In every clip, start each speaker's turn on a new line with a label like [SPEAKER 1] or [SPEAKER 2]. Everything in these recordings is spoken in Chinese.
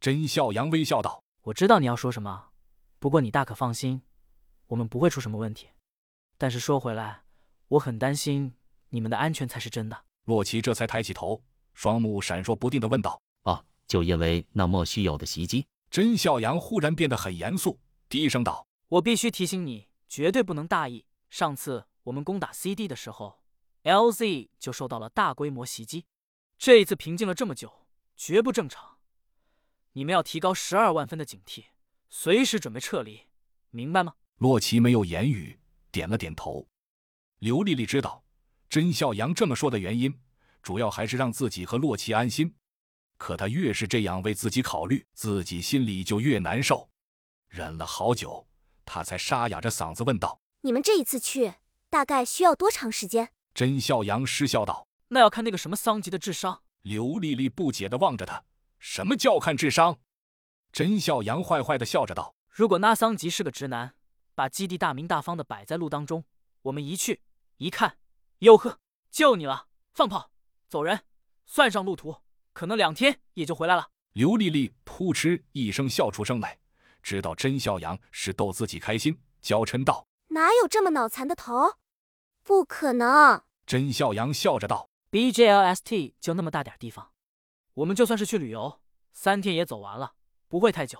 [SPEAKER 1] 甄笑阳微笑道
[SPEAKER 2] 我知道你要说什么，不过你大可放心，我们不会出什么问题。但是说回来，我很担心你们的安全才是真的。：“
[SPEAKER 1] 洛奇这才抬起头，双目闪烁不定的问道。
[SPEAKER 3] 啊，就因为那莫须有的袭击，”
[SPEAKER 1] 甄笑阳忽然变得很严肃，低声道
[SPEAKER 2] 我必须提醒你，绝对不能大意。上次我们攻打 CD 的时候，LZ 就受到了大规模袭击，这一次平静了这么久，绝不正常。你们要提高十二万分的警惕，随时准备撤离，明白吗？：“
[SPEAKER 1] 洛奇没有言语，点了点头。”刘丽丽知道甄笑阳这么说的原因，主要还是让自己和洛奇安心。可他越是这样为自己考虑，自己心里就越难受。忍了好久，他才沙哑着嗓子问道
[SPEAKER 4] 你们这一次去大概需要多长时间？：“
[SPEAKER 1] 甄笑阳失笑道。”
[SPEAKER 2] 那要看那个什么桑吉的智商。
[SPEAKER 1] 刘丽丽不解地望着他：“什么叫看智商？”甄笑阳坏坏地笑着道
[SPEAKER 2] 如果那桑吉是个直男，把基地大明大方的摆在路当中，我们一去一看，哟呵，救你了！放炮，走人，算上路途，可能两天也就回来了。：“
[SPEAKER 1] 刘丽丽扑哧一声笑出声来，知道甄笑阳是逗自己开心，娇嗔道
[SPEAKER 4] 哪有这么脑残的头？不可能！：‘
[SPEAKER 1] 甄笑阳笑着道，
[SPEAKER 2] BJLST 就那么大点地方，我们就算是去旅游，三天也走完了，不会太久。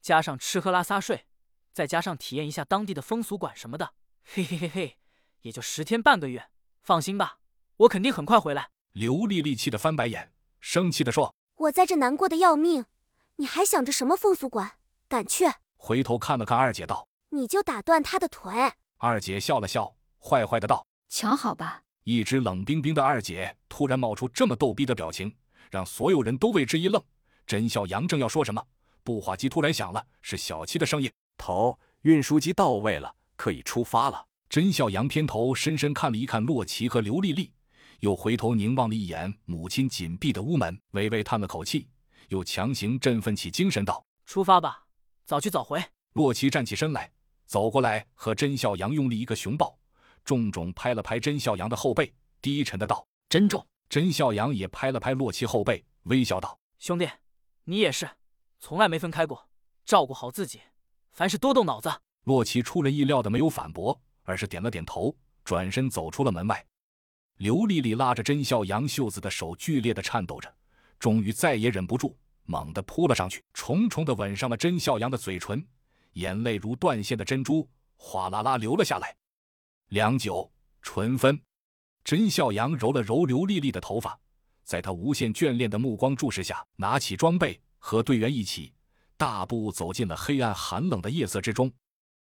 [SPEAKER 2] 加上吃喝拉撒睡，再加上体验一下当地的风俗馆什么的，嘿嘿嘿嘿，也就十天半个月。放心吧，我肯定很快回来。
[SPEAKER 1] 刘丽丽气得翻白眼，生气地说
[SPEAKER 4] 我在这难过的要命，你还想着什么风俗馆？敢去，：‘
[SPEAKER 1] 回头看了看二姐道。
[SPEAKER 4] 你就打断他的腿！’
[SPEAKER 1] 二姐笑了笑，坏坏的道。”
[SPEAKER 5] 瞧好吧，
[SPEAKER 1] 一直冷冰冰的二姐突然冒出这么逗逼的表情，让所有人都为之一愣。甄笑阳正要说什么，步话机突然响了，是小七的声音。
[SPEAKER 6] 头，运输机到位了，可以出发了。
[SPEAKER 1] 甄笑阳偏头深深看了一看洛奇和刘丽丽，又回头凝望了一眼母亲紧闭的屋门，微微叹了口气，又强行振奋起精神道
[SPEAKER 2] 出发吧，早去早回。：“
[SPEAKER 1] 洛奇站起身来，走过来和甄笑阳用力一个熊抱，重重拍了拍甄笑阳的后背，低沉的道
[SPEAKER 3] 真重。：‘
[SPEAKER 1] 甄笑阳也拍了拍洛奇后背，微笑道。’”
[SPEAKER 2] 兄弟，你也是，从来没分开过，照顾好自己，凡事多动脑子。
[SPEAKER 1] 洛奇出人意料的没有反驳，而是点了点头，转身走出了门外。刘丽丽拉着甄笑阳袖子的手剧烈的颤抖着，终于再也忍不住，猛地扑了上去，重重的吻上了甄笑阳的嘴唇，眼泪如断线的珍珠哗啦啦流了下来。良久，唇分，甄笑阳揉了揉刘丽丽的头发，在她无限眷恋的目光注视下，拿起装备和队员一起大步走进了黑暗寒冷的夜色之中。